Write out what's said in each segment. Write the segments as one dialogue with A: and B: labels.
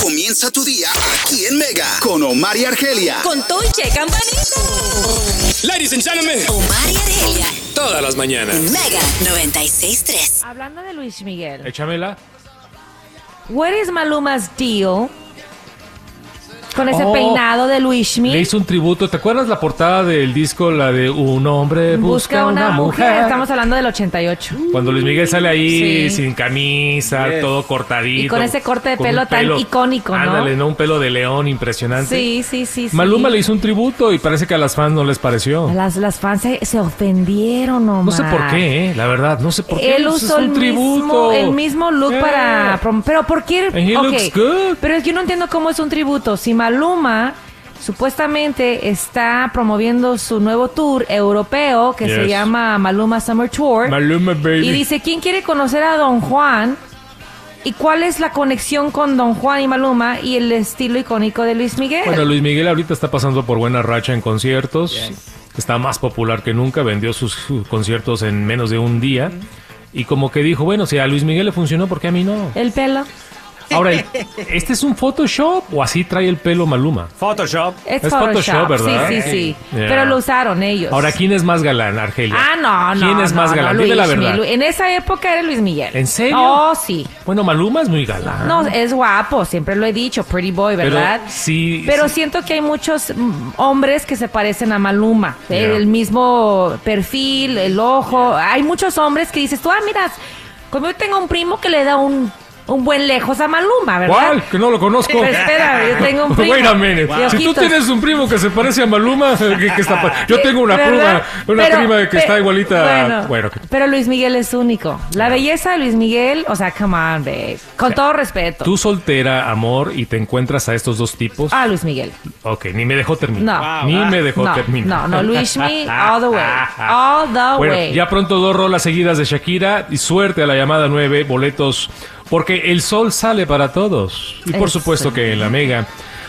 A: Comienza tu día aquí en Mega con Omar y Argelia.
B: Con todo y che campanito.
C: Ladies and gentlemen.
B: Omar y Argelia.
C: Todas las mañanas.
B: Mega 96.3.
D: Hablando de Luis Miguel.
E: Échamela.
D: Where is Maluma's deal? Con ese peinado de Luis
E: Oh, Le
D: Miguel.
E: hizo un tributo. ¿Te acuerdas la portada del disco, la de un hombre busca, una, mujer?
D: Estamos hablando del 88.
E: Cuando Luis Miguel sale ahí
D: Sí.
E: sin camisa,
F: Yes.
E: todo cortadito.
D: Y con ese corte de
E: con un
D: pelo tan icónico, ¿no?
E: Ándale, ¿no? Un pelo de león impresionante.
D: Sí, sí, sí. sí.
E: Maluma le hizo un tributo y parece que a las fans no les pareció.
D: Las, las fans se, se ofendieron, Omar.
E: No sé por qué, eh, la verdad, no sé por qué.
D: Él
E: Pues es
D: usó el mismo,
E: un tributo.
D: el mismo look
E: Eh.
D: para... prom- Pero ¿por qué?
E: And he
D: Ok,
E: looks good.
D: Pero es que yo no entiendo cómo es un tributo. Si Maluma supuestamente está promoviendo su nuevo tour europeo que se
E: Yes.
D: llama Maluma Summer Tour.
E: Maluma, baby.
D: Y dice, ¿quién quiere conocer a Don Juan? ¿Y cuál es la conexión con Don Juan y Maluma y el estilo icónico de Luis Miguel?
E: Bueno, Luis Miguel ahorita está pasando por buena racha en conciertos. Está más popular que nunca. Vendió sus, sus conciertos en menos de un día. Y como que dijo, bueno, si a Luis Miguel le funcionó, ¿por qué a mí no?
D: El pelo.
E: Ahora, el- ¿este es un Photoshop o así trae el pelo Maluma?
F: Photoshop.
D: Es,
E: Es
D: Photoshop,
E: Photoshop, ¿verdad?
D: Sí, sí, sí.
E: Yeah.
D: Pero lo usaron ellos.
E: Ahora, ¿quién es más galán, Argelia?
D: Ah, no, no.
E: ¿Quién es
D: no,
E: más
D: no,
E: galán?
D: Luis
E: Dime la verdad.
D: Miguel. En esa época era Luis Miguel.
E: ¿En serio?
D: Oh, sí.
E: Bueno, Maluma es muy galán.
D: No, es guapo, siempre lo he dicho, pretty boy,
E: Pero
D: ¿verdad?
E: sí-
D: Pero
E: sí.
D: siento que hay muchos mm, hombres que se parecen a Maluma. eh,
E: Yeah.
D: El mismo perfil, el ojo. Hay muchos hombres que dices, tú, ah, miras, como yo tengo un primo que le da un, un buen lejos a Maluma, ¿verdad?
E: ¿Cuál? Que no lo conozco. Ah,
D: Pero espera, yo tengo un primo.
E: Wait a minute.
D: de
E: Si tú
D: ojitos.
E: tienes un primo que se parece a Maluma, ¿qué- qué está pa- yo tengo una prima,
D: ¿Verdad?
E: una
D: Pero-
E: prima que
D: pe-
E: está igualita.
D: Bueno,
E: Bueno, que-
D: pero Luis Miguel es único. La belleza de Luis Miguel, o sea, come on, babe. Con todo respeto.
E: tú soltera, amor, y te encuentras a estos dos tipos.
D: Ah, Luis Miguel.
E: Ok, ni me dejó
D: No.
E: terminar. Ni me dejó
D: No,
E: terminar.
D: no, no, Luismi, all the way, all the
E: Bueno,
D: way.
E: ya pronto dos rolas seguidas de Shakira y suerte a la llamada 9, boletos, porque el sol sale para todos. Y por
D: Eso.
E: supuesto que en la mega.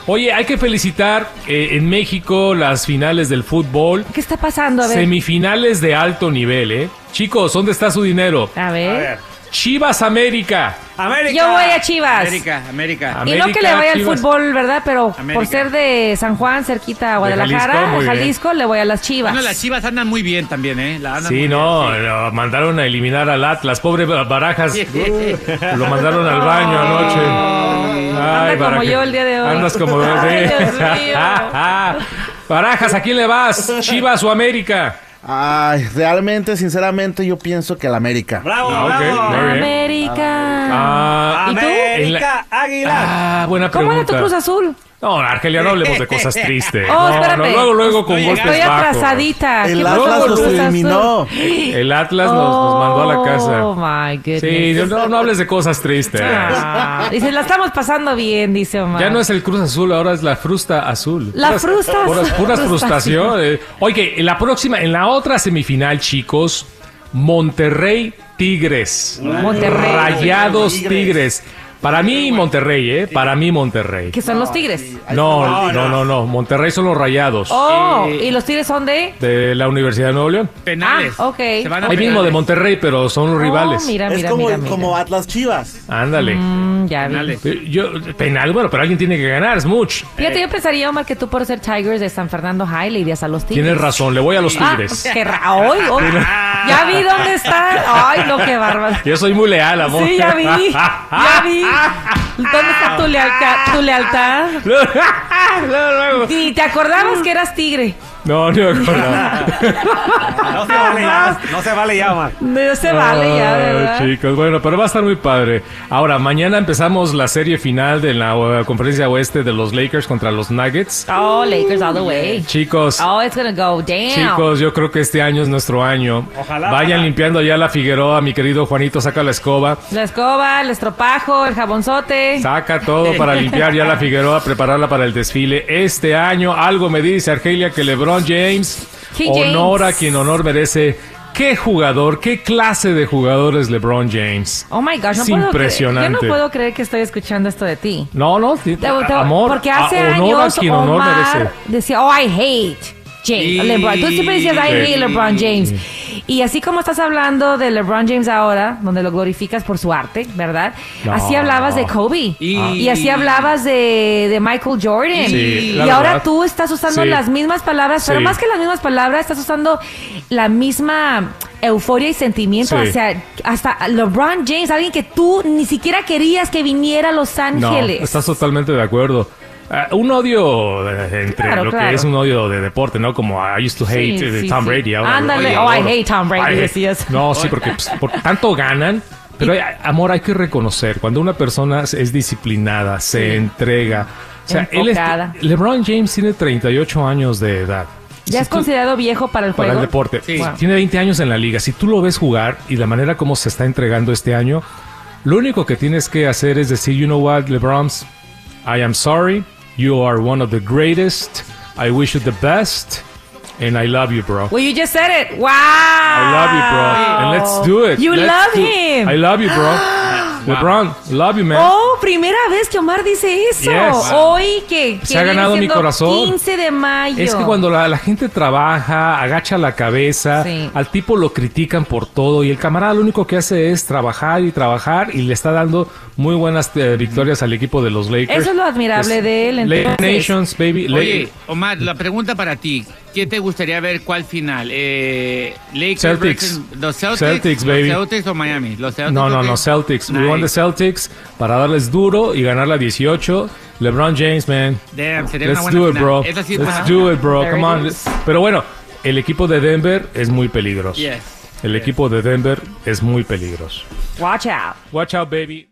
E: Oye, hay que felicitar eh, en México las finales del fútbol.
D: ¿Qué está pasando? A ver.
E: Semifinales de alto nivel, ¿eh? Chicos, ¿dónde está su dinero?
D: A
F: A
D: ver.
F: ver.
E: Chivas América.
F: América.
D: Yo voy a Chivas.
F: América, América.
E: Am-
D: y no que le
E: América,
D: vaya al
E: Chivas.
D: fútbol, ¿verdad? Pero por
F: América.
D: ser de San Juan, cerquita a
E: Jalisco,
D: Guadalajara,
E: muy
D: Jalisco,
E: bien.
D: le voy a las Chivas.
F: Bueno, las Chivas andan muy bien también, ¿eh? La andan
E: Sí,
F: muy
E: no,
F: bien,
E: lo mandaron a eliminar al Atlas. Pobre Ba- Barajas.
F: Sí.
E: Uh. Lo mandaron al baño anoche.
D: Anda como
E: Barajas.
D: yo el día de hoy.
E: Andas como yo, sí.
D: Ay, Dios mío.
E: Barajas, ¿a quién le vas? ¿Chivas o América?
G: Ay, realmente, sinceramente, yo pienso que el América.
F: Bravo,
E: Ah, ok,
F: bravo.
E: muy bien.
D: América.
E: Ah,
D: ¿Y tú?
E: en la-
F: América, Águila.
E: ah, buena
D: ¿Cómo era
E: pregunta.
D: tu Cruz Azul?
E: No, Argelia, no hablemos de cosas tristes.
D: Oh,
E: No, no,
D: espérate.
E: luego, luego con
F: Estoy
E: golpes
D: Estoy
E: bajos.
D: atrasadita.
G: El
D: ¿Qué
G: Atlas
D: pasó con
G: los
D: Cruz Azul?
G: eliminó.
E: El Atlas nos, nos mandó a la casa.
D: Oh my goodness.
E: Sí, no, no hables de cosas tristes.
D: Ah, dice, la estamos pasando bien, dice Omar.
E: Ya no es el Cruz Azul, ahora es la Frusta Azul.
D: La
E: Puras-
D: Frusta Azul.
E: Puras, puras frustraciones. Oye, en la próxima, en la otra semifinal, chicos, Monterrey Tigres.
D: Monterrey.
E: Rayados
G: Tigres.
E: Tigres. Para mí, Monterrey, ¿eh? Para mí, Monterrey.
D: Que son los Tigres.
E: No, no, no, no. Monterrey son los Rayados
D: Oh, y los Tigres son de...
E: de la Universidad de Nuevo León.
F: Penales.
D: Ah, ok.
F: Se van a
E: Ahí mismo de
F: penales.
E: Monterrey, pero son los
D: Oh,
E: rivales.
D: mira,
G: es
D: mira,
G: como,
D: mira, mira.
G: como Atlas Chivas.
E: Ándale.
D: Mm, ya vi.
F: Penales.
E: Yo, penal, bueno, pero alguien tiene que ganar, es mucho.
D: Fíjate, yo pensaría, Omar, que tú por ser Tigers de San Fernando High le irías a los Tigres.
E: Tienes razón, le voy a los
D: Ah,
E: Tigres.
D: qué ra- ay, ay. ya vi dónde está. Ay, no, qué bárbaro.
E: Yo soy muy leal, amor.
D: Sí, ya vi. Ya vi. ¿Dónde está tu lealtad? Tu lealtad?
E: No,
D: Ni te acordabas que eras tigre.
E: no, no, no.
F: No se vale ya. No se vale ya, Omar.
D: No se vale ya, ¿verdad?
E: Ay, chicos, bueno, pero va a estar muy padre. Ahora, mañana empezamos la serie final de la eh, conferencia oeste de los Lakers contra los Nuggets.
D: Oh, Lakers all the way.
E: Chicos,
D: Oh, it's gonna go down.
E: chicos, yo creo que este año es nuestro año.
F: Ojalá.
E: Vayan limpiando ya la Figueroa, mi querido Juanito, saca la escoba.
D: La escoba, el estropajo, el jabonzote.
E: Saca todo para limpiar ya la Figueroa, prepararla para el desfile. Este año algo me dice Argelia que LeBron James
D: King
E: honora a
D: James.
E: quien honor merece. ¿Qué jugador, qué clase de jugador es LeBron James?
D: Oh my gosh, no
E: Es
D: puedo
E: impresionante.
D: Creer, yo no puedo creer que estoy escuchando esto de ti.
E: No, no, ti-
D: Te- te-
E: amor,
D: porque
E: a-
D: hace
E: honor
D: años
E: a quien honor
D: Omar
E: merece.
D: decía, oh, I hate James,
F: Sí.
D: LeBron. Tú siempre decías, I hate LeBron James. Y así como estás hablando de LeBron James ahora, donde lo glorificas por su arte, ¿verdad?
E: No.
D: Así hablabas de Kobe.
F: Y-
D: Y, así hablabas de, de Michael Jordan.
E: Sí,
D: y
E: la
D: ahora
E: verdad.
D: tú estás usando
E: Sí.
D: las mismas palabras, pero
E: Sí.
D: más que las mismas palabras, estás usando la misma euforia y sentimiento
E: Sí.
D: hacia hasta LeBron James, alguien que tú ni siquiera querías que viniera a Los Ángeles.
E: No, estás totalmente de acuerdo. Ah, un odio eh, entre
D: Claro,
E: lo
D: claro.
E: que es un odio de deporte, ¿no? Como I used to hate
D: Sí,
E: eh,
D: sí,
E: Tom
D: sí.
E: Brady. ahora lo
D: Ándale,
E: odio,
D: oh, I
E: adoro.
D: hate Tom Brady,
E: hate-
D: decías.
E: No, sí, porque pues, por tanto ganan. Pero hay- amor, hay que reconocer, cuando una persona es disciplinada, se entrega. O sea, él es-
D: Enfocada.
E: LeBron James tiene 38 años de edad.
D: ya
E: Si
D: es
E: tú-
D: considerado viejo para el
E: para
D: juego.
E: el deporte.
F: Sí.
E: Wow. Tiene 20 años en la liga. Si tú lo ves jugar y la manera como se está entregando este año, lo único que tienes que hacer es decir, you know what, LeBrons, I am sorry, you are one of the greatest, I wish you the best, and I love you, bro.
D: Well, you just said it. Wow.
E: I love you, bro, and let's do it.
D: You
E: Let's
D: love
E: do-
D: him.
E: I love you, bro. LeBron, love you, man.
D: Oh, primera vez que Omar dice eso.
E: Yes.
D: Hoy que, que
E: Se ha
D: viene
E: ganado mi
D: siendo
E: corazón.
D: 15 de mayo.
E: Es que cuando la, la gente trabaja, agacha la cabeza,
D: Sí.
E: al tipo lo critican por todo y el camarada lo único que hace es trabajar y trabajar y le está dando muy buenas eh, victorias al equipo de los Lakers.
D: Eso es lo admirable de él,
E: Lake
D: entonces.
E: Nations, baby.
C: Oye,
E: Lake-
C: Omar, la pregunta para ti. ¿Qué te gustaría ver cuál final? Eh, Lakers
E: Celtics.
C: versus- los Celtics,
E: Celtics, baby.
C: Los Celtics o Miami. Los Celtics,
E: no,
C: ¿o
E: no,
C: qué?
E: no, Celtics. We
C: Nice.
E: want the Celtics para darles duro y ganar la 18. LeBron James, man.
C: Damn, sería una
E: Let's
C: buena
E: do it,
C: final.
E: bro.
C: Esa sí es buena
E: Let's do it, bro.
D: There
E: Come
D: it
E: on.
D: is.
E: Pero bueno, el equipo de Denver es muy peligroso.
C: Yes.
E: El equipo de Denver es muy peligroso.
D: Watch out.
E: Watch out, baby.